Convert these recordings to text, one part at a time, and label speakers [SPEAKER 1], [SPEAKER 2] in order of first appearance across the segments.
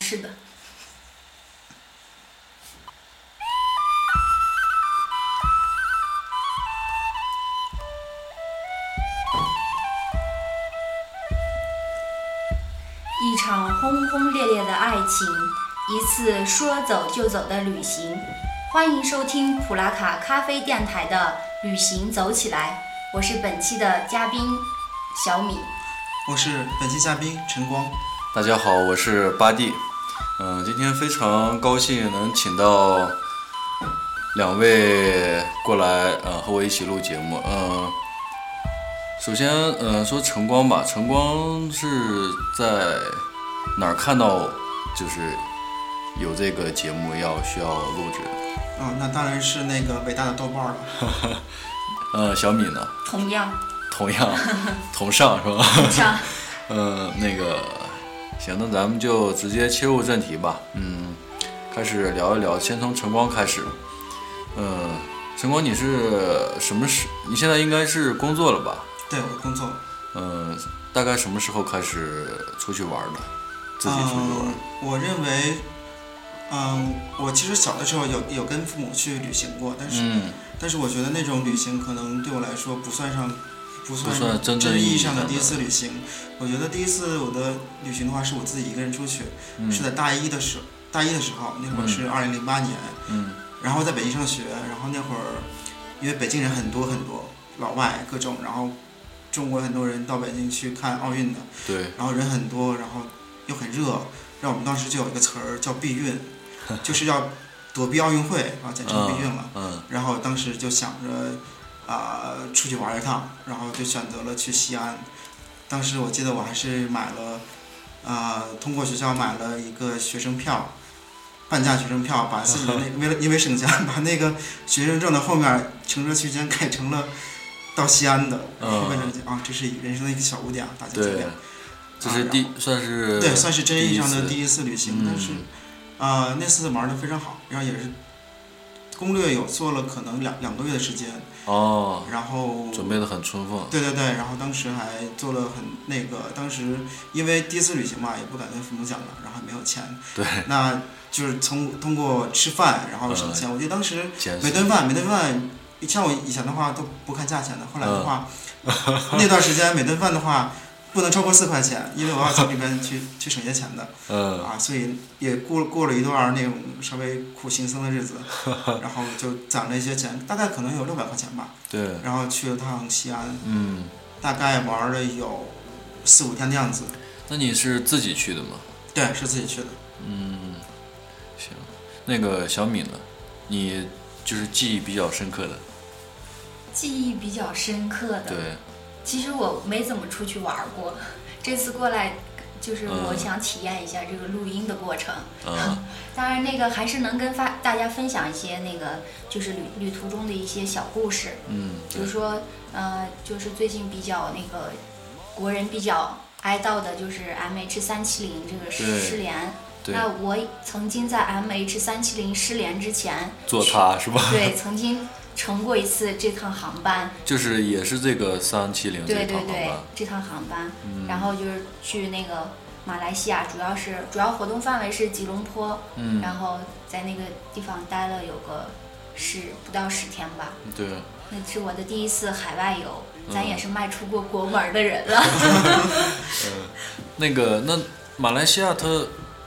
[SPEAKER 1] 是的。一场轰轰烈烈的爱情，一次说走就走的旅行。欢迎收听普拉卡咖啡电台的《旅行走起来》，我是本期的嘉宾小米。
[SPEAKER 2] 我是本期嘉宾陈光。
[SPEAKER 3] 大家好，我是巴蒂。嗯、今天非常高兴能请到两位过来，呃，和我一起录节目。嗯、首先，嗯、说晨光吧，晨光是在哪儿看到，就是有这个节目要需要录制？
[SPEAKER 2] 啊、那当然是那个伟大的豆瓣儿了。
[SPEAKER 3] 呃，小米呢？
[SPEAKER 1] 同样，
[SPEAKER 3] 同样，同上是吧？
[SPEAKER 1] 上
[SPEAKER 3] 嗯，那个，行，那咱们就直接切入正题吧。嗯，开始聊一聊，先从晨光开始。嗯，晨光，你是什么时？你现在应该是工作了吧？
[SPEAKER 2] 对我工作，
[SPEAKER 3] 嗯，大概什么时候开始出去玩的？自己出去玩
[SPEAKER 2] 嗯？我认为，嗯，我其实小的时候有有跟父母去旅行过，但是、
[SPEAKER 3] 嗯，
[SPEAKER 2] 但是我觉得那种旅行可能对我来说不算上，不算
[SPEAKER 3] 不算真正
[SPEAKER 2] 意
[SPEAKER 3] 意
[SPEAKER 2] 义
[SPEAKER 3] 义
[SPEAKER 2] 上
[SPEAKER 3] 上
[SPEAKER 2] 的
[SPEAKER 3] 的
[SPEAKER 2] 第一次旅行。我觉得第一次我的旅行的话是我自己一个人出去，
[SPEAKER 3] 嗯
[SPEAKER 2] 是在大一的时大一的时候，那会儿是二零零八年，
[SPEAKER 3] 嗯，
[SPEAKER 2] 然后在北京上学，然后那会儿因为北京人很多很多，老外各种，然后中国很多人到北京去看奥运的，
[SPEAKER 3] 嗯对，
[SPEAKER 2] 然后人很多，然后又很热，让我们当时就有一个词儿叫避孕，就是要躲避奥运会啊，简称避孕了。
[SPEAKER 3] 嗯
[SPEAKER 2] 然后当时就想着啊、出去玩一趟，然后就选择了去西安。当时我记得我还是买了啊、通过学校买了一个学生票，半价学生票，把自己的那为了因为省钱，把那个学生证的后面乘车区间改成了到西安的，然
[SPEAKER 3] 嗯
[SPEAKER 2] 后为了啊，这是人生的一个小污点，啊大家见
[SPEAKER 3] 对
[SPEAKER 2] 谅。，
[SPEAKER 3] 这
[SPEAKER 2] 啊
[SPEAKER 3] 是第算是
[SPEAKER 2] 对，算是真意义上的
[SPEAKER 3] 第
[SPEAKER 2] 第一次旅行，但是
[SPEAKER 3] 嗯
[SPEAKER 2] 啊、那次玩的非常好，然后也是攻略有做了可能两两个月的时间，
[SPEAKER 3] 哦，
[SPEAKER 2] 然后
[SPEAKER 3] 准备的很充分，
[SPEAKER 2] 对对对，然后当时还做了很那个，当时因为第一次旅行嘛，也不敢跟父母讲了，然后也没有钱，
[SPEAKER 3] 对，
[SPEAKER 2] 那就是从通过吃饭然后嗯省钱，我记得当时
[SPEAKER 3] 简
[SPEAKER 2] 每
[SPEAKER 3] 直
[SPEAKER 2] 顿饭每顿饭，像我以前的话都不看价钱的，后来的 话，那段时间每顿饭的话。不能超过四块钱，因为我要从里面去去省些钱的。
[SPEAKER 3] 嗯
[SPEAKER 2] 啊，所以也过过了一段儿那种稍微苦行僧的 日子，然后就攒了一些钱，大概可能有六百块钱吧，
[SPEAKER 3] 对，
[SPEAKER 2] 然后去了趟西安，
[SPEAKER 3] 嗯，
[SPEAKER 2] 大概玩了有四五天的样子。
[SPEAKER 3] 那你是自己去的吗？
[SPEAKER 2] 对，是自己去的。
[SPEAKER 3] 嗯行，那个小敏呢？你就是记忆比较深刻的，
[SPEAKER 1] 记忆比较深刻的。
[SPEAKER 3] 对，
[SPEAKER 1] 其实我没怎么出去玩过，这次过来就是我
[SPEAKER 3] 嗯
[SPEAKER 1] 想体验一下这个录音的过程。
[SPEAKER 3] 嗯，
[SPEAKER 1] 当然，那个还是能跟发大家分享一些那个就是旅旅途中的一些小故事，
[SPEAKER 3] 嗯，
[SPEAKER 1] 比
[SPEAKER 3] 对
[SPEAKER 1] 如，说呃，就是最近比较那个国人比较哀悼的就是 MH 三七零这个失
[SPEAKER 3] 对
[SPEAKER 1] 失联。
[SPEAKER 3] 对，
[SPEAKER 1] 那我曾经在 MH 三七零失联之前，
[SPEAKER 3] 做它是吧？
[SPEAKER 1] 对曾经乘过一次这趟航班，
[SPEAKER 3] 就是也是这个三七零这
[SPEAKER 1] 对
[SPEAKER 3] 一
[SPEAKER 1] 对
[SPEAKER 3] 趟航
[SPEAKER 1] 对
[SPEAKER 3] 班，，嗯
[SPEAKER 1] 这趟航班，然后就是去那个马来西亚，主要是主要活动范围是吉隆坡，
[SPEAKER 3] 嗯，
[SPEAKER 1] 然后在那个地方待了有个十不到十天吧，
[SPEAKER 3] 对，
[SPEAKER 1] 那是我的第一次海外游，咱
[SPEAKER 3] 嗯
[SPEAKER 1] 也是迈出过国门儿的人 了。
[SPEAKER 3] 那个那马来西亚它，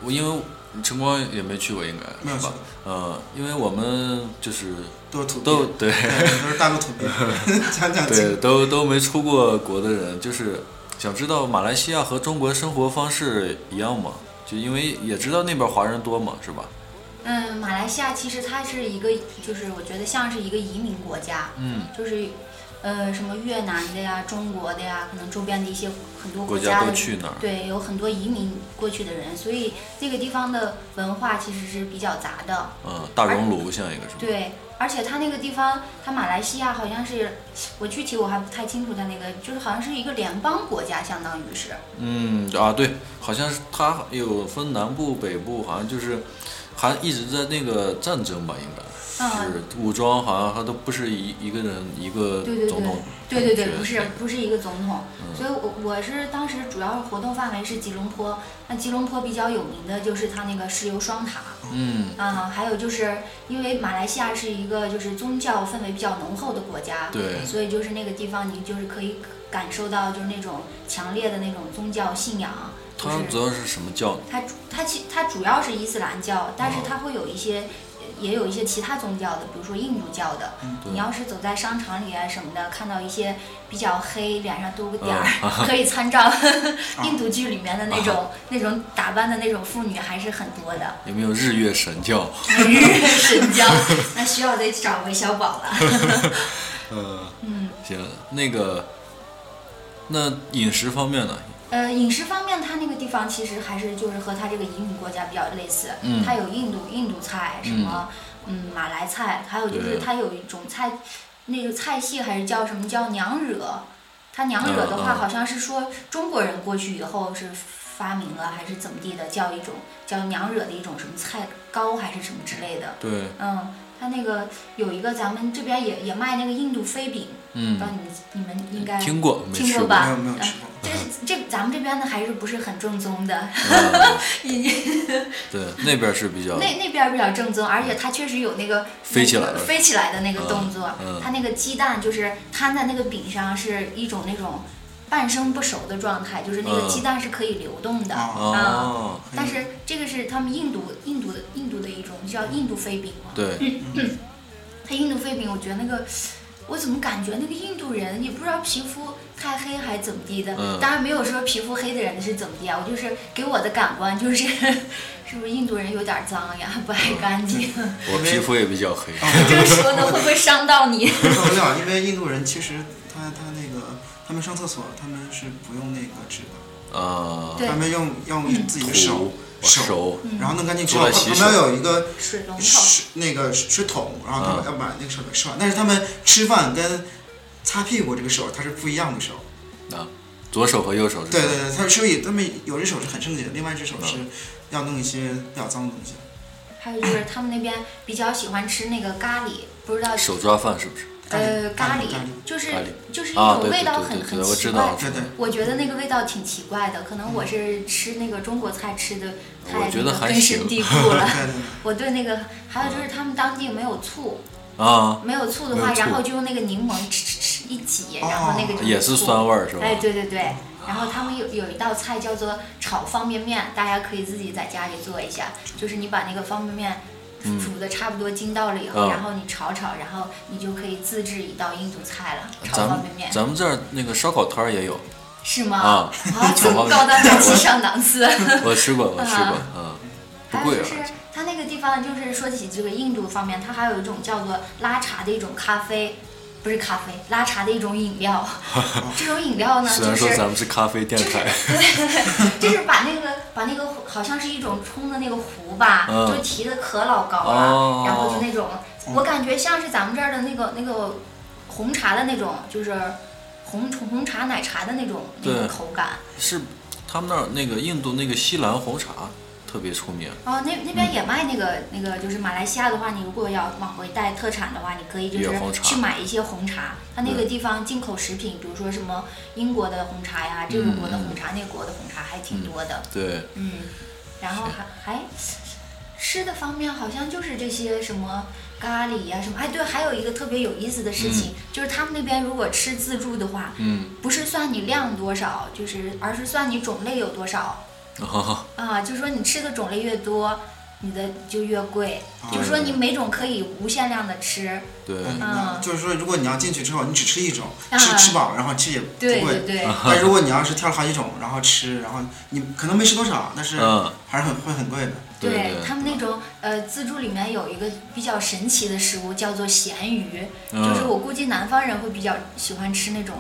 [SPEAKER 3] 我因为晨光也没去过，应
[SPEAKER 2] 没
[SPEAKER 3] 该
[SPEAKER 2] 有
[SPEAKER 3] 是
[SPEAKER 2] 去
[SPEAKER 3] 吧？嗯，因为我们就是
[SPEAKER 2] 都是土
[SPEAKER 3] 都
[SPEAKER 2] 鳖，
[SPEAKER 3] 对
[SPEAKER 2] 对，都是大陆 土鳖，讲讲
[SPEAKER 3] 对
[SPEAKER 2] 经。
[SPEAKER 3] 都都没出过国的人，就是想知道马来西亚和中国生活方式一样吗？就因为也知道那边华人多嘛，是吧？
[SPEAKER 1] 嗯，马来西亚其实它是一个，就是我觉得像是一个移民国家，
[SPEAKER 3] 嗯，
[SPEAKER 1] 就是。呃，什么越南的呀、中国的呀，可能周边的一些很多
[SPEAKER 3] 国
[SPEAKER 1] 家
[SPEAKER 3] 家
[SPEAKER 1] 的
[SPEAKER 3] 都去那儿，
[SPEAKER 1] 对，有很多移民过去的人，所以这个地方的文化其实是比较杂的。
[SPEAKER 3] 嗯，大熔炉像一个什么？
[SPEAKER 1] 对，而且它那个地方，它马来西亚好像是，我具体我还不太清楚，它那个就是好像是一个联邦国家，相当于是。
[SPEAKER 3] 嗯啊，对，好像是它有分南部、北部，好像就是，还一直在那个战争吧，应该
[SPEAKER 1] 嗯，
[SPEAKER 3] 是武装，好像他都不是一一个人一个
[SPEAKER 1] 对对
[SPEAKER 3] 总统
[SPEAKER 1] 对对对，
[SPEAKER 3] 选
[SPEAKER 1] 不是
[SPEAKER 3] 谁
[SPEAKER 1] 不是一个总统，
[SPEAKER 3] 嗯
[SPEAKER 1] 所以我我是当时主要活动范围是吉隆坡，那吉隆坡比较有名的就是它那个石油双塔，
[SPEAKER 3] 嗯，
[SPEAKER 1] 啊、还有就是因为马来西亚是一个就是宗教氛围比较浓厚的国家，
[SPEAKER 3] 对
[SPEAKER 1] 所以就是那个地方你就是可以感受到就是那种强烈的那种宗教信仰，就
[SPEAKER 3] 他
[SPEAKER 1] 是
[SPEAKER 3] 主要是什么教呢？
[SPEAKER 1] 它主它其它主要是伊斯兰教，但是
[SPEAKER 3] 哦
[SPEAKER 1] 它会有一些。也有一些其他宗教的，比如说印度教的。
[SPEAKER 3] 嗯对
[SPEAKER 1] 你要是走在商场里啊什么的，看到一些比较黑、脸上多个点儿，
[SPEAKER 3] 啊
[SPEAKER 1] 可以参 照印度剧里面的那种、那种打扮的那种妇女还是很多 的。
[SPEAKER 3] 有没有日月神教？
[SPEAKER 1] 日神交，那需要得找韦小宝了。
[SPEAKER 3] 嗯，
[SPEAKER 1] 嗯，
[SPEAKER 3] 行，那个，那饮食方面呢？
[SPEAKER 1] 呃，饮食方面，它那个地方其实还是就是和它这个移民国家比较类似，
[SPEAKER 3] 嗯
[SPEAKER 1] 它有印度印度菜，什么嗯马来菜，还有就是
[SPEAKER 3] 对
[SPEAKER 1] 它有一种菜，那个菜系还是叫什么叫娘惹，它娘惹的话
[SPEAKER 3] 嗯嗯
[SPEAKER 1] 好像是说中国人过去以后是发明了还是怎么地的，叫一种叫娘惹的一种什么菜糕还是什么之类的，
[SPEAKER 3] 对，
[SPEAKER 1] 嗯，它那个有一个咱们这边也也卖那个印度飞饼。不知道
[SPEAKER 3] 嗯，
[SPEAKER 1] 你们你们应该
[SPEAKER 3] 听过没
[SPEAKER 1] 听
[SPEAKER 3] 吃
[SPEAKER 1] 过
[SPEAKER 3] 过？
[SPEAKER 1] 吧
[SPEAKER 2] 啊没有没有吃过。
[SPEAKER 1] 这是这咱们这边的还是不是很正宗的，
[SPEAKER 3] 嗯
[SPEAKER 1] 你
[SPEAKER 3] 对，那边是比 较
[SPEAKER 1] 那那边儿比较正宗，而且它确实有那个
[SPEAKER 3] 飞起来
[SPEAKER 1] 那个
[SPEAKER 3] 了
[SPEAKER 1] 飞起来的那个动作
[SPEAKER 3] 嗯嗯，
[SPEAKER 1] 它那个鸡蛋就是摊在那个饼上是一种那种半生不熟的状态，就是那个
[SPEAKER 3] 嗯
[SPEAKER 1] 鸡蛋是可以流动的。
[SPEAKER 2] 啊，
[SPEAKER 3] 哦，
[SPEAKER 1] 但是这个是他们印度印度的印度的一种叫印度飞饼嘛，
[SPEAKER 3] 对，
[SPEAKER 2] 嗯
[SPEAKER 1] 它印度飞饼，我觉得那个，我怎么感觉那个印度人也不知道皮肤太黑还怎么地的，
[SPEAKER 3] 嗯
[SPEAKER 1] 当然没有说皮肤黑的人是怎么地啊，我就是给我的感官就是， 是不是印度人有点脏呀，不
[SPEAKER 3] 嗯
[SPEAKER 1] 爱干净？
[SPEAKER 3] 我皮肤也比较黑，
[SPEAKER 2] 哦
[SPEAKER 1] 这个说的会不会伤到你？
[SPEAKER 2] 受不了，因为印度人其实他他那个他们上厕所他们是不用那个纸的，
[SPEAKER 3] 啊，
[SPEAKER 1] 哦对嗯
[SPEAKER 2] 他们用用自己的手
[SPEAKER 3] 土，手，
[SPEAKER 2] 然后弄干净之
[SPEAKER 3] 出
[SPEAKER 2] 后，
[SPEAKER 3] 来嗯洗
[SPEAKER 2] 旁
[SPEAKER 3] 手
[SPEAKER 2] 边有一个
[SPEAKER 1] 嗯水龙头，
[SPEAKER 2] 水那个水桶，然后他
[SPEAKER 3] 嗯
[SPEAKER 2] 们要把那个手给吃完。但是他们吃饭跟擦屁股这个手它是不一样的手，
[SPEAKER 3] 左手和右手是
[SPEAKER 2] 对
[SPEAKER 3] 吧
[SPEAKER 2] 对对，他所以他们有一只手是很圣洁的，另外一只手是
[SPEAKER 3] 啊
[SPEAKER 2] 要弄一些比较脏的东西。
[SPEAKER 1] 还有就是他们那边比较喜欢吃那个咖喱，不知道
[SPEAKER 3] 手抓饭是不是？
[SPEAKER 1] 呃咖
[SPEAKER 2] 咖
[SPEAKER 1] 喱
[SPEAKER 2] 喱咖喱，
[SPEAKER 1] 就是
[SPEAKER 3] 咖喱
[SPEAKER 1] 就是一
[SPEAKER 3] 啊，
[SPEAKER 1] 种
[SPEAKER 3] 对对
[SPEAKER 1] 味道很
[SPEAKER 3] 对对
[SPEAKER 1] 很
[SPEAKER 3] 对，我
[SPEAKER 1] 奇
[SPEAKER 3] 知
[SPEAKER 1] 怪
[SPEAKER 3] 道，。
[SPEAKER 2] 对对，
[SPEAKER 1] 我觉得那个味道挺奇怪的，可能我是吃那个中国菜吃的太
[SPEAKER 3] 我觉
[SPEAKER 1] 那
[SPEAKER 3] 得
[SPEAKER 1] 个
[SPEAKER 3] 还
[SPEAKER 1] 根深
[SPEAKER 3] 行
[SPEAKER 1] 蒂固了
[SPEAKER 2] 对。 对对，
[SPEAKER 1] 我对那个，还有就是他们当地没有醋，
[SPEAKER 3] 啊，
[SPEAKER 1] 没有醋
[SPEAKER 3] 没
[SPEAKER 1] 的
[SPEAKER 3] 有
[SPEAKER 1] 话，
[SPEAKER 3] 醋
[SPEAKER 1] 然后就用那个柠檬吃吃吃一挤，
[SPEAKER 2] 哦
[SPEAKER 1] 然后那个就是
[SPEAKER 3] 也是
[SPEAKER 1] 醋
[SPEAKER 3] 酸味儿是吧？
[SPEAKER 1] 哎，对对对。然后他们有有一道菜叫做炒方便面，大家可以自己在家里做一下，就是你把那个方便面。煮的差不多筋道了以后，
[SPEAKER 3] 嗯
[SPEAKER 1] 然后你炒炒，然后你就可以自制一道印度菜了，炒
[SPEAKER 3] 咱
[SPEAKER 1] 方
[SPEAKER 3] 们
[SPEAKER 1] 便面
[SPEAKER 3] 咱们这儿那个烧烤摊儿也有
[SPEAKER 1] 是吗？
[SPEAKER 3] 啊，
[SPEAKER 1] 啊，这么
[SPEAKER 3] 炒方便面
[SPEAKER 1] 高端大气上档次。
[SPEAKER 3] 我吃过，我吃过
[SPEAKER 1] 啊，
[SPEAKER 3] 嗯，不
[SPEAKER 1] 还有
[SPEAKER 3] 贵
[SPEAKER 1] 哎就
[SPEAKER 3] 啊
[SPEAKER 1] 是，它那个地方，就是说起这个印度方面，它还有一种叫做拉茶的一种咖啡，不是咖啡，拉茶的一种饮 料。这种饮料呢，
[SPEAKER 3] 虽
[SPEAKER 1] 就
[SPEAKER 3] 然说
[SPEAKER 1] 是
[SPEAKER 3] 咱们是咖啡电
[SPEAKER 1] 就是
[SPEAKER 3] 台，
[SPEAKER 1] 对，就是 把那个把那个好像是一种冲的那个壶吧，
[SPEAKER 3] 嗯
[SPEAKER 1] 就提的可老高了，
[SPEAKER 3] 哦
[SPEAKER 1] 然后就那种，
[SPEAKER 2] 嗯
[SPEAKER 1] 我感觉像是咱们这儿的那个那个红茶的那种，就是红红茶奶茶的那种那
[SPEAKER 3] 对
[SPEAKER 1] 种口感。
[SPEAKER 3] 是他们那儿那个印度那个西兰红茶特别出名，
[SPEAKER 1] 哦，那那边也卖那个、那个，就是马来西亚的话，你如果要往回带特产的话，你可以就
[SPEAKER 3] 也有红
[SPEAKER 1] 是
[SPEAKER 3] 茶
[SPEAKER 1] 去买一些红茶。它那个
[SPEAKER 3] 对
[SPEAKER 1] 地方进口食品，比如说什么英国的红茶呀，这个
[SPEAKER 3] 嗯
[SPEAKER 1] 国的红茶、那个国的红茶，还挺多的。
[SPEAKER 3] 对，
[SPEAKER 1] 嗯，然后还还吃的方面，好像就是这些什么咖喱呀、什么。哎，对，还有一个特别有意思的事情，就是他们那边如果吃自助的话，
[SPEAKER 3] 嗯，
[SPEAKER 1] 不是算你量多少，就是而是算你种类有多少。
[SPEAKER 3] 啊，
[SPEAKER 1] 啊，就说你吃的种类越多，你的就越贵。
[SPEAKER 2] 啊
[SPEAKER 1] 就说你每种可以无限量的吃，
[SPEAKER 3] 对，
[SPEAKER 2] 嗯
[SPEAKER 1] 嗯
[SPEAKER 2] 就是说，如果你要进去之后，你只吃一种，
[SPEAKER 1] 啊
[SPEAKER 2] 吃吃饱，然后吃也
[SPEAKER 1] 对
[SPEAKER 2] 不
[SPEAKER 1] 对
[SPEAKER 2] 贵。啊
[SPEAKER 1] 对，
[SPEAKER 2] 但如果你要是挑了好几种，然后吃，然后你可能没吃多少，但是
[SPEAKER 3] 嗯，
[SPEAKER 2] 还是很会很贵的。
[SPEAKER 3] 对
[SPEAKER 1] 对
[SPEAKER 3] 对
[SPEAKER 1] 他们那种呃自助里面有一个比较神奇的食物叫做咸鱼，就是
[SPEAKER 3] 嗯，
[SPEAKER 1] 我估计南方人会比较喜欢吃那种。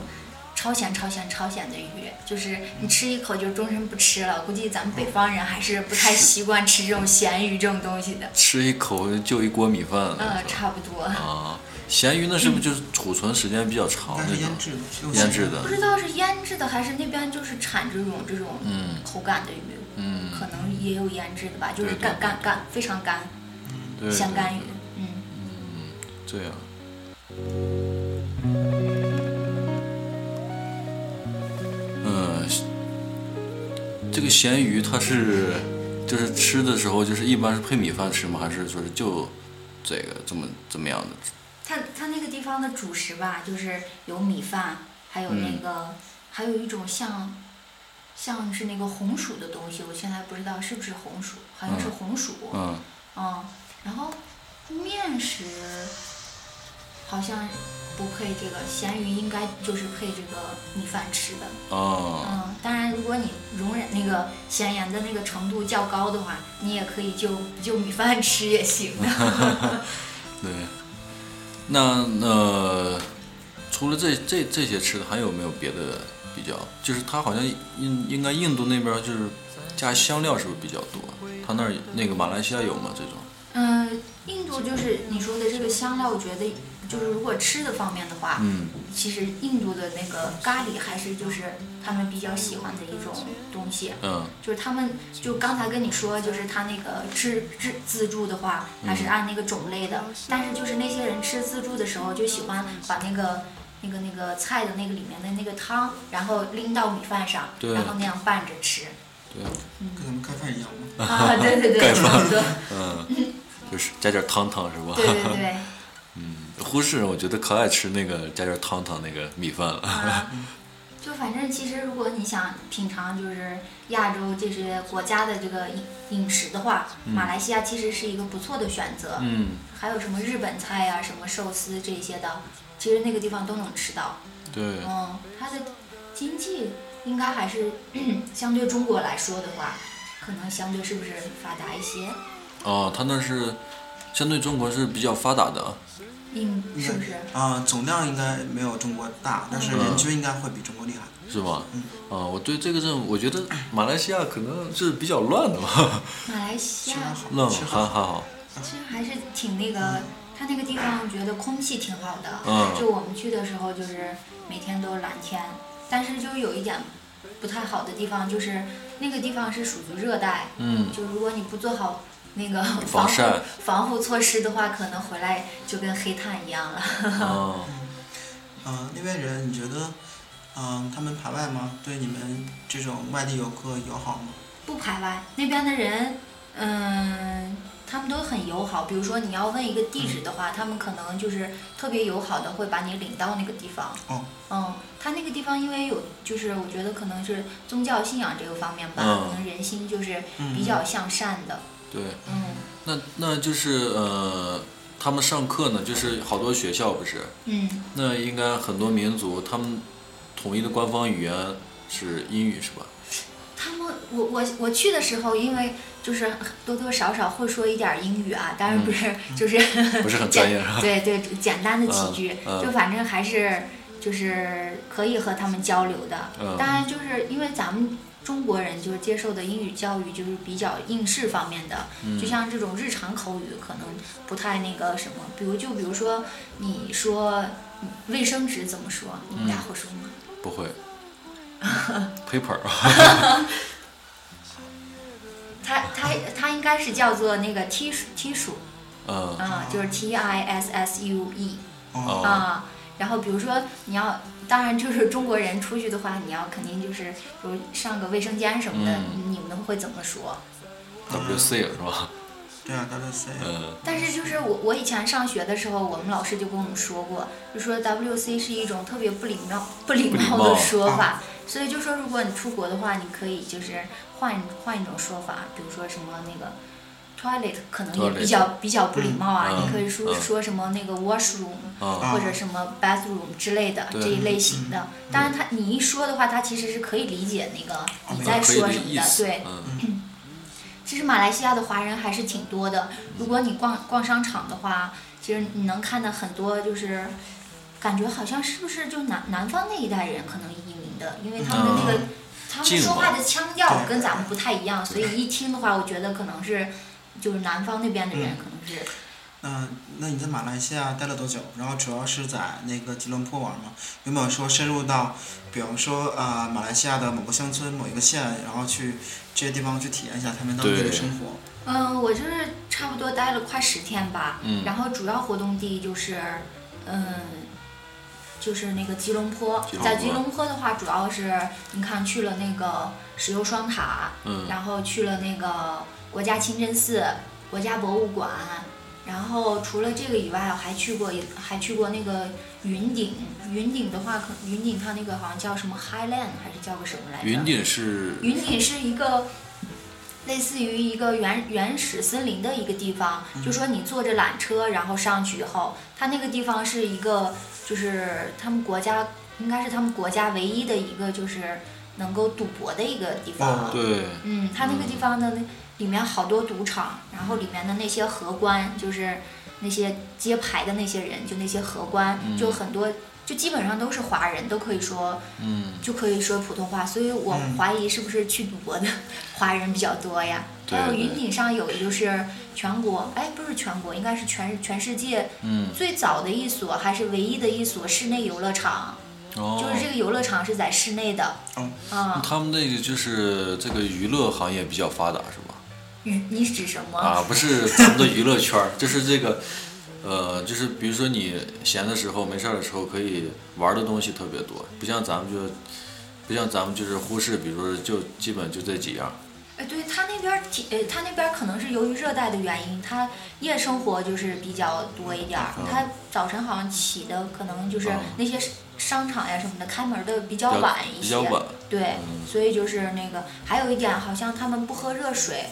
[SPEAKER 1] 超咸超咸超咸的鱼，就是你吃一口就终身不吃了。估计咱们北方人还是不太习惯吃这种咸鱼这种东西的。
[SPEAKER 3] 吃一口就一锅米饭，
[SPEAKER 1] 嗯，差不多。
[SPEAKER 3] 啊，咸鱼那是不是就是储存时间比较长
[SPEAKER 2] 但
[SPEAKER 3] 那
[SPEAKER 2] 是腌
[SPEAKER 3] 种？
[SPEAKER 2] 制的，用
[SPEAKER 3] 腌
[SPEAKER 2] 咸
[SPEAKER 3] 制
[SPEAKER 2] 鱼
[SPEAKER 3] 的
[SPEAKER 1] 不，知道是腌制的还是那边就是产这种这种
[SPEAKER 3] 嗯
[SPEAKER 1] 口感的鱼，
[SPEAKER 3] 嗯，
[SPEAKER 1] 可能也有腌制的吧，就是
[SPEAKER 3] 对对
[SPEAKER 1] 干
[SPEAKER 3] 对
[SPEAKER 1] 干干，非常干，
[SPEAKER 3] 对，啊
[SPEAKER 1] 香
[SPEAKER 3] 对
[SPEAKER 1] 干鱼，嗯。
[SPEAKER 3] 这样。嗯，这个咸鱼它是就是吃的时候，就是一般是配米饭吃吗？还是说是就这个怎么怎么样的？
[SPEAKER 1] 它它那个地方的主食吧，就是有米饭，还有那
[SPEAKER 3] 嗯
[SPEAKER 1] 个，还有一种像，像是那个红薯的东西，我现在不知道是不是红薯，好像是
[SPEAKER 3] 嗯
[SPEAKER 1] 红薯，
[SPEAKER 3] 嗯
[SPEAKER 1] 嗯，然后面食好像不配这个，咸鱼应该就是配这个米饭吃的，
[SPEAKER 3] 哦，
[SPEAKER 1] 嗯，当然如果你容忍那个咸盐的那个程度较高的话，你也可以就就米饭吃也行。
[SPEAKER 3] 对。那那除了这这这些吃的，还有没有别的比较？就是它好像应应该印度那边就是加香料是不是比较多？它那儿那个马来西亚有吗？这种？
[SPEAKER 1] 嗯，印度就是你说的这个香料，我觉得就是如果吃的方面的话，
[SPEAKER 3] 嗯。
[SPEAKER 1] 其实印度的那个咖喱还是就是他们比较喜欢的一种东西。
[SPEAKER 3] 嗯
[SPEAKER 1] 就是他们就刚才跟你说，就是他那个吃自自助的话，它是按那个种类的，但是就是那些人吃自助的时候，就喜欢把那个。那个那个菜的那个里面的那个汤，然后拎到米饭上，
[SPEAKER 3] 对
[SPEAKER 1] 然后那样拌着吃。
[SPEAKER 2] 跟咱们盖饭一样吗？
[SPEAKER 1] 啊，对对对，差不多，
[SPEAKER 3] 嗯，就是加点汤汤是吧？
[SPEAKER 1] 对对对。
[SPEAKER 3] 忽视我觉得可爱吃那个加点汤汤那个米饭了。
[SPEAKER 1] 啊，就反正其实如果你想品尝就是亚洲这些国家的这个饮饮食的话，马来西亚其实是一个不错的选择。
[SPEAKER 3] 嗯，
[SPEAKER 1] 还有什么日本菜呀、什么寿司这些的，其实那个地方都能吃到。
[SPEAKER 3] 对，
[SPEAKER 1] 嗯，它的经济应该还是 相对中国来说的话，可能相对是不是发达一些？
[SPEAKER 3] 哦，他那是相对中国是比较发达的啊。
[SPEAKER 1] 嗯，是不是？嗯
[SPEAKER 2] 啊、总量应该没有中国大，但是人均应该会比中国厉害。
[SPEAKER 3] 是吧？啊、我对这个政，我觉得马来西亚可能是比较乱的吧，
[SPEAKER 1] 马来西
[SPEAKER 2] 其实还
[SPEAKER 1] 亚
[SPEAKER 2] 好，
[SPEAKER 3] 乱
[SPEAKER 2] 其实
[SPEAKER 3] 还还
[SPEAKER 2] 还好。
[SPEAKER 3] 好，
[SPEAKER 1] 其实还是挺那个，它那个地方觉得空气挺好的。
[SPEAKER 3] 嗯
[SPEAKER 1] 就我们去的时候，就是每天都蓝天，但是就有一点不太好的地方，就是那个地方是属于热带，
[SPEAKER 3] 嗯，
[SPEAKER 1] 就如果你不做好那个
[SPEAKER 3] 防
[SPEAKER 1] 护
[SPEAKER 3] 晒
[SPEAKER 1] 防护措施的话，可能回来就跟黑炭一样了。
[SPEAKER 3] 啊，
[SPEAKER 2] 嗯、那边人你觉得，嗯、他们排外吗？对你们这种外地游客友好吗？
[SPEAKER 1] 不排外，那边的人，嗯，他们都很友好。比如说你要问一个地址的话，他们可能就是特别友好的会把你领到那个地方。
[SPEAKER 2] 哦
[SPEAKER 1] 嗯，他那个地方因为有，就是我觉得可能是宗教信仰这个方面吧，
[SPEAKER 3] 嗯
[SPEAKER 1] 可能人心就是
[SPEAKER 2] 嗯
[SPEAKER 1] 比较向善的。
[SPEAKER 3] 对，
[SPEAKER 1] 嗯
[SPEAKER 3] 那那就是呃，他们上课呢，就是好多学校不是，
[SPEAKER 1] 嗯，
[SPEAKER 3] 那应该很多民族他们统一的官方语言是英语是吧？
[SPEAKER 1] 他们我我我去的时候，因为就是多多少少会说一点儿英语啊，当然不是、就是
[SPEAKER 3] 不是很专业
[SPEAKER 1] 简
[SPEAKER 3] 是 吧？
[SPEAKER 1] 对对简单的几句，
[SPEAKER 3] 嗯嗯
[SPEAKER 1] 就反正还是就是可以和他们交流的。
[SPEAKER 3] 嗯
[SPEAKER 1] 当然，就是因为咱们中国人就是接受的英语教育就是比较应试方面的，
[SPEAKER 3] 嗯
[SPEAKER 1] 就像这种日常口语可能不太那个什么，比如就比如说你说嗯卫生纸怎么说，你们俩
[SPEAKER 3] 嗯
[SPEAKER 1] 会说吗？
[SPEAKER 3] 不会，paper
[SPEAKER 1] 它它它应该是叫做那个 T 数 T 数
[SPEAKER 3] 嗯
[SPEAKER 1] 啊，就是 T I S S U E。
[SPEAKER 2] 哦，
[SPEAKER 3] 哦
[SPEAKER 1] 啊、然后比如说你要，当然就是中国人出去的话，你要肯定就是，比如上个卫生间什么的，
[SPEAKER 3] 嗯
[SPEAKER 1] 你们会怎么说？嗯
[SPEAKER 3] ，WC 是吧？
[SPEAKER 2] 对啊，WC，
[SPEAKER 3] 嗯
[SPEAKER 1] 但是就是我我以前上学的时候，我们老师就跟我们说过，就说 WC 是一种特别不礼貌不礼
[SPEAKER 3] 不礼
[SPEAKER 1] 貌
[SPEAKER 3] 貌啊
[SPEAKER 1] 的说法，所以就说如果你出国的话，你可以就是换换一种说法，比如说什么那个 toilet 可能也
[SPEAKER 3] Toilet
[SPEAKER 1] 比较比较不礼貌啊，
[SPEAKER 3] 嗯
[SPEAKER 1] 你可以说、
[SPEAKER 3] 嗯
[SPEAKER 1] 说什么那个 washroom。
[SPEAKER 3] 啊
[SPEAKER 2] 啊
[SPEAKER 1] 或者什么 bathroom 之类的
[SPEAKER 3] 对嗯
[SPEAKER 1] 这一类型的。当然，他你一说的话，他其实是可以理解那个你在
[SPEAKER 3] 啊可以
[SPEAKER 1] 说
[SPEAKER 3] 的
[SPEAKER 1] 什么
[SPEAKER 3] 意
[SPEAKER 1] 的。
[SPEAKER 3] 思，
[SPEAKER 1] 对，
[SPEAKER 3] 嗯
[SPEAKER 1] 其实马来西亚的华人还是挺多
[SPEAKER 3] 嗯
[SPEAKER 1] 的。如果你逛逛商场的话，其实你能看到很多，就是感觉好像是不是就南南方那一代人可能移民的，因
[SPEAKER 2] 嗯
[SPEAKER 1] 为他们的那个。他们
[SPEAKER 3] 嗯进
[SPEAKER 1] 说
[SPEAKER 3] 化
[SPEAKER 1] 话的腔调
[SPEAKER 2] 对
[SPEAKER 1] 跟咱们
[SPEAKER 3] 嗯
[SPEAKER 1] 不太一样，所以一听的话，我觉得可能是就是南方那边的人，可能是
[SPEAKER 2] 那那你在马来西亚待了多久？然后主要是在那个吉隆坡玩吗？有没有说深入到，比方说啊、马来西亚的某个乡村、某一个县，然后去这些地方去体验一下他们当地的
[SPEAKER 3] 对
[SPEAKER 2] 生活？
[SPEAKER 1] 嗯，我就是差不多待了快十天吧，
[SPEAKER 3] 嗯
[SPEAKER 1] 然后主要活动地就是，嗯，就是那个吉隆坡。
[SPEAKER 3] 吉隆坡
[SPEAKER 1] 在吉隆坡的话，主要是你看去了那个石油双塔，
[SPEAKER 3] 嗯
[SPEAKER 1] 然后去了那个国家清真寺、国家博物馆，然后除了这个以外，还去过一还去过那个云顶。云顶的话，可云顶它那个好像叫什么 Highland 还是叫个什么来着？
[SPEAKER 3] 云顶是
[SPEAKER 1] 云顶是一个类似于一个原原始森林的一个地方，就说你坐着缆车然后上去以后，它那个地方是一个就是他们国家应该是他们国家唯一的一个就是能够赌博的一个地方。
[SPEAKER 2] 哦
[SPEAKER 3] 对，
[SPEAKER 1] 嗯，它那个地方的那里面好多赌场，然后里面的那些荷官，就是那些揭牌的那些人，就那些荷官，就很多，就基本上都是华人，都可以说，
[SPEAKER 3] 嗯，
[SPEAKER 1] 就可以说普通话，所以我
[SPEAKER 2] 嗯
[SPEAKER 1] 怀疑是不是去赌博的华人比较多呀？
[SPEAKER 3] 对
[SPEAKER 1] 还有云
[SPEAKER 3] 对
[SPEAKER 1] 顶上有一个就是全国，哎，不是全国，应该是全全世界
[SPEAKER 3] 嗯，
[SPEAKER 1] 最早的一所，还是唯一的一所室内游乐场，
[SPEAKER 3] 哦，
[SPEAKER 1] 就是这个游乐场是在室内的，
[SPEAKER 2] 哦
[SPEAKER 1] 啊、
[SPEAKER 3] 他们那个就是这个娱乐行业比较发达是吧？
[SPEAKER 1] 你你指什么？
[SPEAKER 3] 啊，不是咱们的娱乐圈儿，就是这个，呃，就是比如说你闲的时候、没事儿的时候，可以玩儿的东西特别多，不像咱们就，不像咱们就是忽视，比如说就基本就这几样儿。
[SPEAKER 1] 哎，对他那边儿体，呃，他那边儿可能是由于热带的原因，他夜生活就是比较多一点儿。
[SPEAKER 3] 嗯
[SPEAKER 1] 他早晨好像起的可能就是
[SPEAKER 3] 嗯
[SPEAKER 1] 那些商商场呀什么的开门的比较
[SPEAKER 3] 比较
[SPEAKER 1] 晚一
[SPEAKER 3] 比
[SPEAKER 1] 些
[SPEAKER 3] 较，晚，嗯
[SPEAKER 1] 对，所以就是那个，还有一点好像他们不喝热水，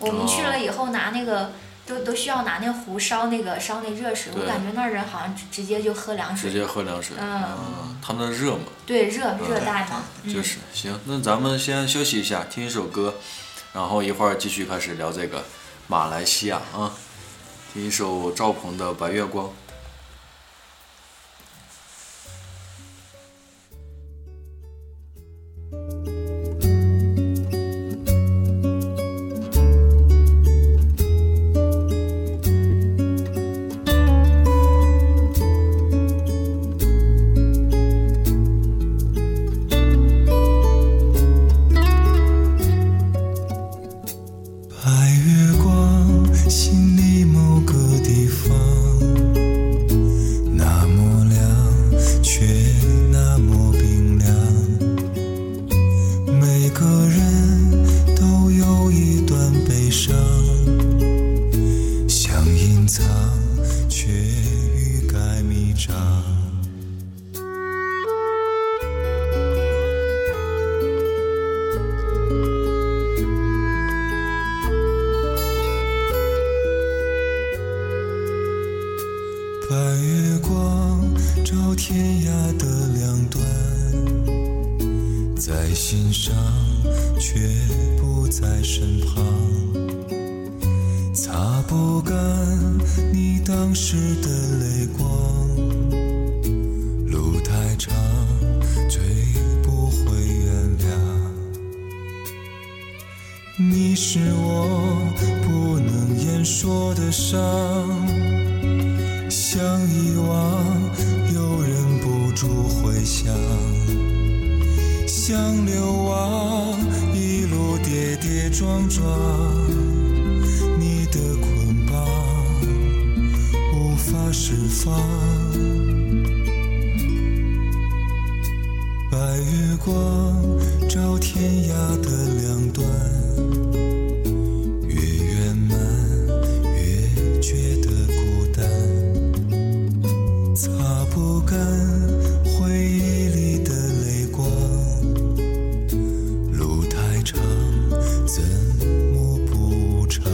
[SPEAKER 1] 我们去
[SPEAKER 3] 哦
[SPEAKER 1] 了以后拿那个。都都需要拿那壶烧那个烧那热水，我
[SPEAKER 3] 对
[SPEAKER 1] 感觉那儿人好像直直接就喝凉
[SPEAKER 3] 直
[SPEAKER 1] 水。
[SPEAKER 3] 接喝凉水。
[SPEAKER 1] 嗯
[SPEAKER 3] 啊他们那热嘛，
[SPEAKER 1] 对，热热带嘛，
[SPEAKER 3] 就
[SPEAKER 1] 嗯，
[SPEAKER 3] 是行。那咱们先休息一下，听一首歌，然后一会儿继续开始聊这个马来西亚啊，听一首赵鹏的《白月光》。
[SPEAKER 4] 白月光，心里某个地方，那么亮，却那么冰凉。每个人都有一段悲伤，想隐藏，却欲盖弥彰。白月光照天涯的两端，在心上却不在身旁。擦不干你当时的泪光，路太长，追不回原谅。你是我不能言说的伤。想遗忘，又忍不住回想；想流亡，一路跌跌撞撞。你的捆绑无法释放，白月光照天涯的两端，越圆满越觉得孤单。擦不干回忆里的泪光，路太长，怎么补偿？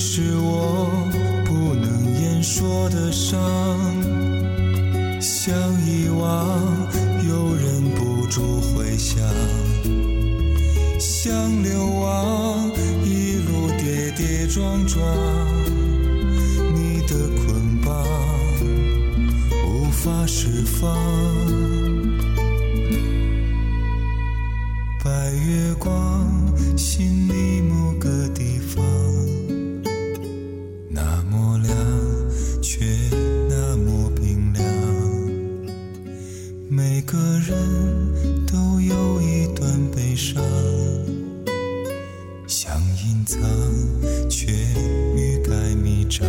[SPEAKER 4] 是我不能言说的伤，想遗忘又忍不住回想，想流亡一路跌跌撞撞，你的捆绑无法释放，白月光。心里某个地方，那么亮，却那么冰凉。每个人都有一段悲伤，想隐藏，却欲盖弥彰。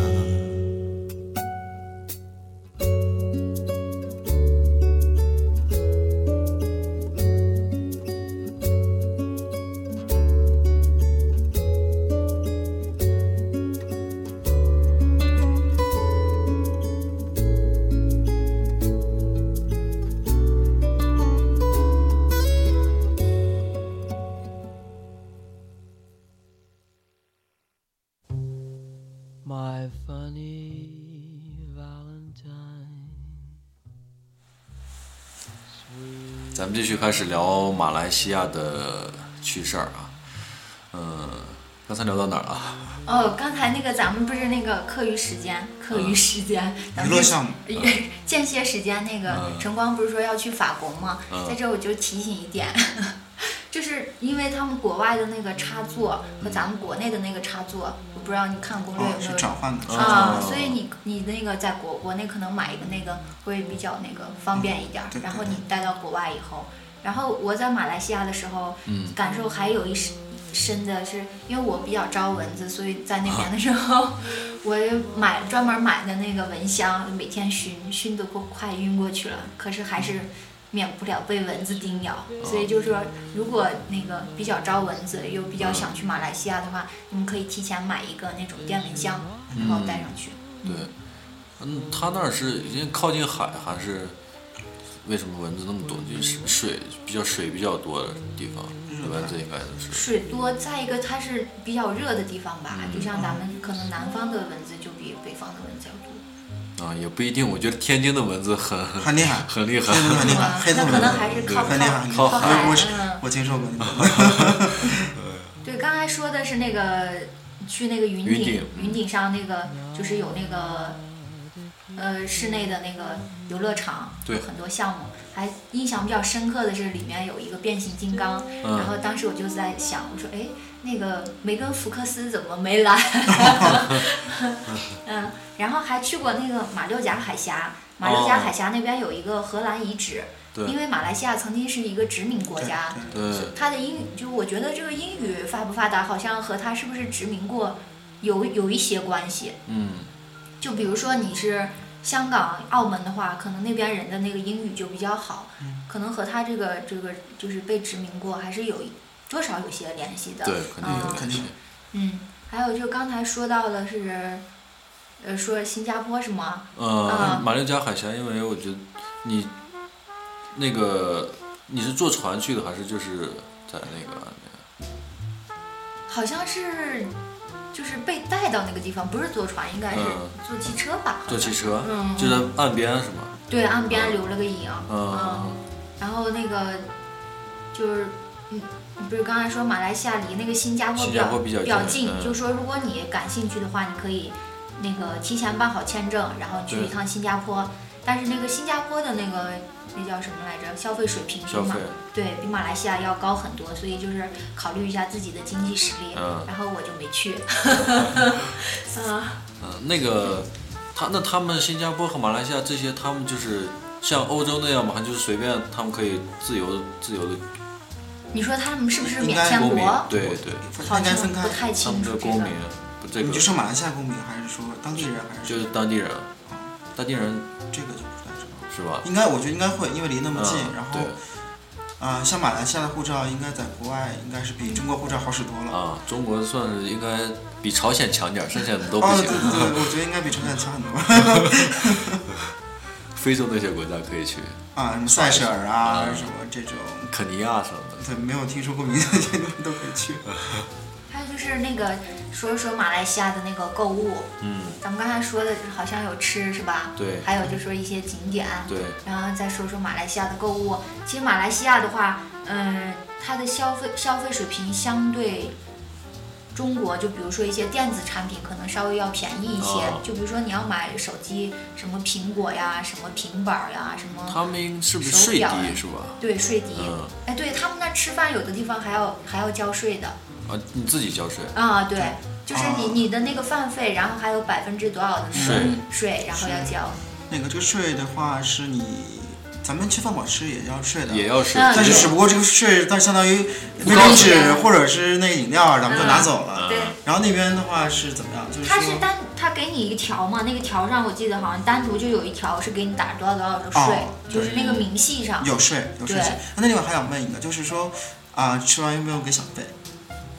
[SPEAKER 3] 咱们继续开始聊马来西亚的趣事儿啊，嗯，刚才聊到哪儿了？
[SPEAKER 1] 哦，刚才那个咱们不是那个课余时间，课余时间，咱
[SPEAKER 2] 娱
[SPEAKER 1] 们
[SPEAKER 2] 乐项目，
[SPEAKER 1] 间歇时间那个
[SPEAKER 3] 嗯
[SPEAKER 1] 晨光不是说要去法国吗？
[SPEAKER 3] 嗯
[SPEAKER 1] 在这儿我就提醒一点， 就是因为他们国外的那个插座和咱们国内的那个插座，我不知道你看攻略
[SPEAKER 2] 哦，
[SPEAKER 1] 有
[SPEAKER 2] 是
[SPEAKER 1] 没有
[SPEAKER 2] 转。换的，
[SPEAKER 3] 嗯
[SPEAKER 1] 啊，
[SPEAKER 3] 哦
[SPEAKER 1] 所以你你那个在国国内可能买一个那个会比较那个方便一点儿
[SPEAKER 2] 嗯对，
[SPEAKER 1] 然后
[SPEAKER 2] 对
[SPEAKER 1] 你带到国外以后，然后我在马来西亚的时候，
[SPEAKER 3] 嗯
[SPEAKER 1] 感受还有一深深的是，因为我比较招蚊子，所以在那边的时候，
[SPEAKER 2] 啊
[SPEAKER 1] 我买专门买的那个蚊香，每天熏，熏得都快晕过去了。可是还是免不了被蚊子叮咬，所以就是说，如果那个比较招蚊子，又比较想去马来西亚的话，你们可以提前买一个那种电蚊香，然后带上去。
[SPEAKER 3] 对，嗯，他那儿是因为靠近海，还是为什么蚊子那么多？就是水比较水比较多的地方，蚊子应该都是。
[SPEAKER 1] 水多，再一个它是比较热的地方吧，就像咱们可能南方的蚊子就比北方的蚊子要多。
[SPEAKER 3] 啊，也不一定。我觉得天津的蚊子很，
[SPEAKER 2] 很厉害
[SPEAKER 3] 很厉害。
[SPEAKER 2] 对对对
[SPEAKER 1] 哇
[SPEAKER 2] 黑色
[SPEAKER 1] 嗯那
[SPEAKER 2] 的
[SPEAKER 1] 可能
[SPEAKER 2] 蚊子
[SPEAKER 1] 还是靠
[SPEAKER 2] 很厉害，
[SPEAKER 1] 靠
[SPEAKER 2] 很厉
[SPEAKER 1] 海
[SPEAKER 2] 害我是
[SPEAKER 1] 嗯
[SPEAKER 2] 我听说过那个。
[SPEAKER 1] 对，刚才说的是那个去那个云
[SPEAKER 3] 云
[SPEAKER 1] 顶，云
[SPEAKER 3] 顶嗯
[SPEAKER 1] 上那个就是有那个呃室内的那个游乐场，
[SPEAKER 3] 对
[SPEAKER 1] 有很多项目。还印象比较深刻的是里面有一个变形金刚，
[SPEAKER 3] 嗯
[SPEAKER 1] 然后当时我就在想，我说哎，那个梅根福克斯怎么没来？ 嗯，然后还去过那个马六甲海峡，马六甲
[SPEAKER 3] 哦
[SPEAKER 1] 海峡那边有一个荷兰遗址，
[SPEAKER 3] 对
[SPEAKER 1] 因为马来西亚曾经是一个殖民国家。
[SPEAKER 3] 对，
[SPEAKER 1] 他的英，就我觉得这个英语发不发达，好像和他是不是殖民过有有一些关系。
[SPEAKER 3] 嗯，
[SPEAKER 1] 就比如说你是香港、澳门的话，可能那边人的那个英语就比较好，可能和他这个这个就是被殖民过，还是有一多少有些联系的。
[SPEAKER 3] 对，肯定有
[SPEAKER 1] 嗯
[SPEAKER 3] 联系。
[SPEAKER 1] 嗯，还有就刚才说到的是，呃，说新加坡是吗？
[SPEAKER 3] 呃
[SPEAKER 1] 嗯，
[SPEAKER 3] 马六甲海峡，因为我觉得你那个你是坐船去的，还是就是在那个
[SPEAKER 1] 好像是就是被带到那个地方，不是坐船，应该是
[SPEAKER 3] 嗯
[SPEAKER 1] 坐汽车吧？好像
[SPEAKER 3] 坐汽车，
[SPEAKER 1] 嗯
[SPEAKER 3] 就在岸边是吗？
[SPEAKER 1] 对，岸边留了个影，
[SPEAKER 3] 嗯
[SPEAKER 1] 嗯，然后那个就是，嗯，不是刚才说马来西亚离那个新加坡
[SPEAKER 3] 新
[SPEAKER 1] 嗯比
[SPEAKER 3] 加
[SPEAKER 1] 较
[SPEAKER 3] 坡比较近
[SPEAKER 1] 近，
[SPEAKER 3] 嗯
[SPEAKER 1] 就说如果你感兴趣的话，你可以那个提前办好签证，然后去
[SPEAKER 3] 对
[SPEAKER 1] 一趟新加坡。但是那个新加坡的那个那叫什么来着？消费水平比
[SPEAKER 3] 消
[SPEAKER 1] 马
[SPEAKER 3] 费
[SPEAKER 1] 对比马来西亚要高很多，所以就是考虑一下自己的经济实力。
[SPEAKER 3] 嗯
[SPEAKER 1] 然后我就没 去。嗯，
[SPEAKER 3] 嗯，那个他那他们新加坡和马来西亚这些，他们就是像欧洲那样嘛，还就是随便他们可以自由自由的
[SPEAKER 1] 你说他们是不是
[SPEAKER 2] 应
[SPEAKER 1] 免
[SPEAKER 2] 该
[SPEAKER 1] 签
[SPEAKER 3] 公
[SPEAKER 1] 国
[SPEAKER 3] 民？，对对，
[SPEAKER 2] 它
[SPEAKER 1] 好
[SPEAKER 2] 应该分
[SPEAKER 1] 像
[SPEAKER 2] 开
[SPEAKER 1] 不。太
[SPEAKER 3] 他
[SPEAKER 1] 清
[SPEAKER 3] 们
[SPEAKER 1] 楚
[SPEAKER 3] 的
[SPEAKER 1] 这
[SPEAKER 3] 公
[SPEAKER 1] 个
[SPEAKER 3] 民。不这
[SPEAKER 2] 你
[SPEAKER 3] 个
[SPEAKER 2] 就说马哦来西亚公民还是说当地人还是
[SPEAKER 3] 就是当地人，当地人
[SPEAKER 2] 这个就不太知道。
[SPEAKER 3] 是吧？
[SPEAKER 2] 应该我觉得应该会，因为离那么
[SPEAKER 3] 嗯，
[SPEAKER 2] 近。然后
[SPEAKER 3] 对
[SPEAKER 2] 啊、像马来西亚的护照应该在国外应该是比中国护照好使多了。
[SPEAKER 3] 啊，中国算是应该比朝鲜强点儿，剩下的都不
[SPEAKER 2] 哦，对
[SPEAKER 3] 行。
[SPEAKER 2] 对对，我觉得应该比朝鲜强很多
[SPEAKER 3] 非洲那些国家可以去，
[SPEAKER 2] 啊，什么塞舌尔啊，
[SPEAKER 3] 嗯
[SPEAKER 2] 什么这种，
[SPEAKER 3] 肯尼亚什么的。嗯
[SPEAKER 2] 对，没有听说过名字的都可以去。
[SPEAKER 1] 还有就就是那个说说马来西亚的那个购物，
[SPEAKER 3] 嗯，
[SPEAKER 1] 咱们刚才说的就是好像有吃是吧？
[SPEAKER 3] 对
[SPEAKER 1] 还有就说一些景点，
[SPEAKER 3] 对，
[SPEAKER 1] 然后再说说马来西亚的购物。其实马来西亚的话，嗯，它的消费消费水平相对中国，就比如说一些电子产品，可能稍微要便宜一些。
[SPEAKER 3] 哦
[SPEAKER 1] 就比如说你要买手机，什么苹果呀，什么平板儿呀，什么。
[SPEAKER 3] 他们是不是
[SPEAKER 1] 手
[SPEAKER 3] 税
[SPEAKER 1] 表呀
[SPEAKER 3] 低是吧？
[SPEAKER 1] 对税低，
[SPEAKER 3] 嗯
[SPEAKER 1] 哎，对他们那吃饭有的地方还要还要交税的
[SPEAKER 3] 啊，你自己交税，
[SPEAKER 1] 啊、对，就是你、
[SPEAKER 2] 哦
[SPEAKER 1] 你的那个饭费，然后还有百分之多少的那个
[SPEAKER 3] 税
[SPEAKER 1] 税，然后要
[SPEAKER 2] 是
[SPEAKER 1] 交，
[SPEAKER 2] 那个这个税的话，是你咱们去饭馆吃也要税的，
[SPEAKER 3] 也要税
[SPEAKER 1] 嗯，
[SPEAKER 2] 但是
[SPEAKER 1] 对
[SPEAKER 2] 只不过这个税，但相当于卫
[SPEAKER 3] 高
[SPEAKER 2] 生
[SPEAKER 1] 级
[SPEAKER 2] 纸或者是那个饮料啊，咱们就拿走了。
[SPEAKER 3] 嗯
[SPEAKER 1] 对。
[SPEAKER 2] 然后那边的话是怎么样？就是
[SPEAKER 1] 他是
[SPEAKER 2] 说，
[SPEAKER 1] 单，他给你一个条嘛，那个条上我记得好像单独就有一条是给你打多少多少的税，
[SPEAKER 2] 哦
[SPEAKER 1] 就是那个明细上。
[SPEAKER 2] 有税，有税
[SPEAKER 1] 对
[SPEAKER 2] 钱。那另外还想问一个，就是说啊、吃完有没有给小费？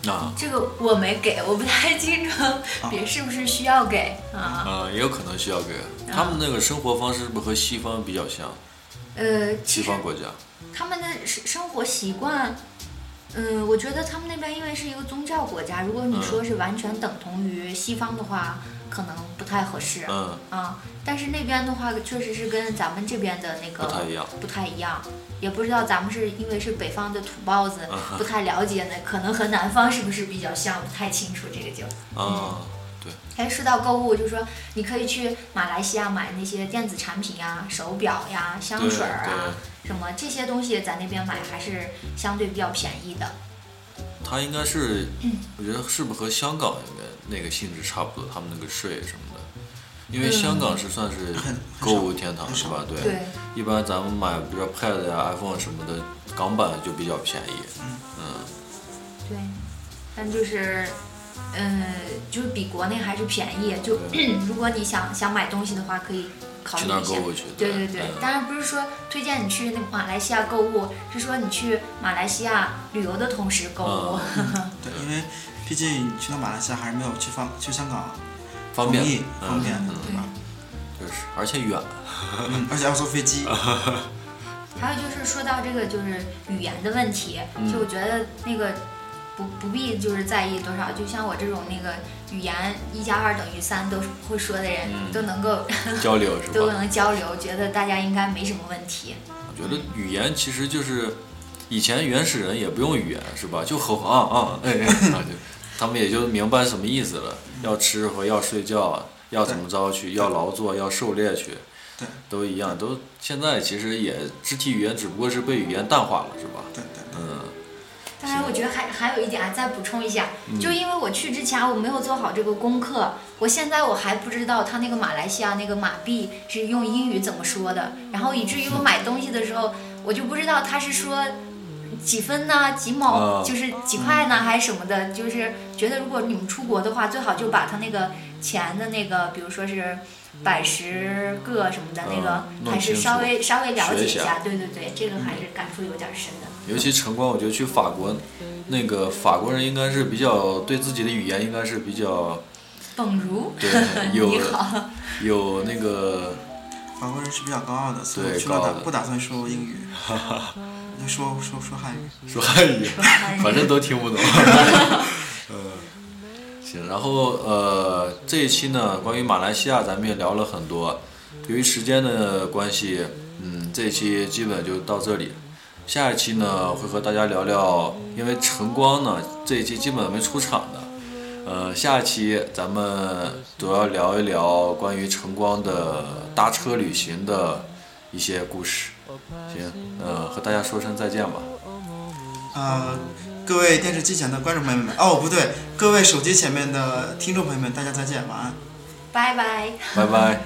[SPEAKER 3] 啊，
[SPEAKER 1] 这个我没给，我不太清楚，
[SPEAKER 2] 哦
[SPEAKER 1] 别是不是需要给啊？
[SPEAKER 3] 呃，也有可能需要给。
[SPEAKER 1] 嗯
[SPEAKER 3] 他们那个生活方式是不是和西方比较像？
[SPEAKER 2] 嗯
[SPEAKER 1] 呃，
[SPEAKER 3] 西
[SPEAKER 1] 其实
[SPEAKER 3] 方国家，
[SPEAKER 1] 他们的生生活习惯，嗯、我觉得他们那边因为是一个宗教国家，如果你
[SPEAKER 3] 嗯
[SPEAKER 1] 说是完全等同于西方的话，可能不太合适。
[SPEAKER 3] 嗯，
[SPEAKER 1] 啊，但是那边的话，确实是跟咱们这边的那个
[SPEAKER 3] 不太一样，
[SPEAKER 1] 不太一样也不知道咱们是因为是北方的土包子，
[SPEAKER 3] 啊
[SPEAKER 1] 不太了解呢，可能和南方是不是比较像，不太清楚这个就。
[SPEAKER 3] 啊，
[SPEAKER 1] 哎，说到购物，就说你可以去马来西亚买那些电子产品呀、手表呀、香
[SPEAKER 3] 对
[SPEAKER 1] 水儿啊，
[SPEAKER 3] 对，
[SPEAKER 1] 什么这些东西，在那边买还是相对比较便宜的。
[SPEAKER 3] 他应该是，
[SPEAKER 1] 嗯
[SPEAKER 3] 我觉得是不是和香港应该那个性质差不多？他们那个税什么的，因为香港是算是购物天堂
[SPEAKER 2] 很
[SPEAKER 3] 是
[SPEAKER 2] 少
[SPEAKER 3] 吧？对，
[SPEAKER 1] 嗯对，
[SPEAKER 3] 一般咱们买，比如说 Pad 呀、iPhone 什么的，港版就比较便宜。嗯，
[SPEAKER 1] 对，但就是，嗯、就是比国内还是便宜。就 如果你想想买东西的话，可以考虑
[SPEAKER 3] 去那儿
[SPEAKER 1] 一下
[SPEAKER 3] 购。物去。嗯
[SPEAKER 1] 对对对，当然不是说推荐你去那个马来西亚购物，是说你去马来西亚旅游的同时购物。
[SPEAKER 3] 嗯
[SPEAKER 2] 对，因为毕竟你去到马来西亚还是没有去放去香港
[SPEAKER 3] 方便
[SPEAKER 2] 容易，
[SPEAKER 3] 嗯
[SPEAKER 2] 方便，
[SPEAKER 3] 嗯
[SPEAKER 2] 对吧？
[SPEAKER 3] 就是，而且远。
[SPEAKER 2] 嗯，而且要坐飞机。
[SPEAKER 1] 还有就是说到这个就是语言的问题，
[SPEAKER 3] 嗯
[SPEAKER 1] 就我觉得那个不不必就是在意多少，就像我这种那个语言一加二等于三都会说的人，
[SPEAKER 3] 嗯
[SPEAKER 1] 都能够
[SPEAKER 3] 交流是吧？
[SPEAKER 1] 都能交流，觉得大家应该没什么问题。
[SPEAKER 3] 我觉得语言其实就是以前原始人也不用语言是吧？就吼啊啊哎哎 啊，就他们也就明白什么意思了。要吃和要睡觉，要怎么着去，要劳作，要狩猎去，
[SPEAKER 2] 对
[SPEAKER 3] 都一样。都现在其实也肢体语言只不过是被语言淡化了是吧？
[SPEAKER 2] 对对对，
[SPEAKER 3] 嗯，
[SPEAKER 1] 当然，我觉得还还有一点啊，再补充一下，就因为我去之前我没有做好这个功课，我现在我还不知道他那个马来西亚那个马币是用英语怎么说的，然后以至于我买东西的时候，我就不知道他是说几分呐、几毛，
[SPEAKER 3] 啊
[SPEAKER 1] 就是几块呢，还是什么的，就是觉得如果你们出国的话，最好就把他那个钱的那个，比如说是。百十个什么的那个
[SPEAKER 3] 嗯，弄
[SPEAKER 1] 还是
[SPEAKER 3] 清
[SPEAKER 1] 稍
[SPEAKER 3] 楚
[SPEAKER 1] 微稍微了解
[SPEAKER 3] 学
[SPEAKER 1] 一
[SPEAKER 3] 一下嗯
[SPEAKER 1] 下，对对对，这个还是感触有点深的。
[SPEAKER 3] 尤其晨光，我觉得去法国，那个法国人应该是比较对自己的语言应该是比较
[SPEAKER 1] 董如，
[SPEAKER 3] 对有
[SPEAKER 1] 你好，
[SPEAKER 3] 有那个
[SPEAKER 2] 法国人是比较高傲的，所以我
[SPEAKER 3] 对
[SPEAKER 2] 去了
[SPEAKER 3] 高傲
[SPEAKER 2] 打
[SPEAKER 3] 的
[SPEAKER 2] 不打算说英 语，就说说说汉语。
[SPEAKER 3] 说汉语，反正都听 不懂。嗯，行，然后呃，这一期呢，关于马来西亚，咱们也聊了很多。由于时间的关系，嗯，这一期基本就到这里。下一期呢，会和大家聊聊，因为晨光呢这一期基本没出场的，呃，下一期咱们主要聊一聊关于晨光的搭车旅行的一些故事。行，呃，和大家说声再见吧。
[SPEAKER 2] 呃，各位电视机前的观众朋友们，哦不对，各位手机前面的听众朋友们，大家再见，晚安。
[SPEAKER 1] 拜拜。
[SPEAKER 3] 拜拜。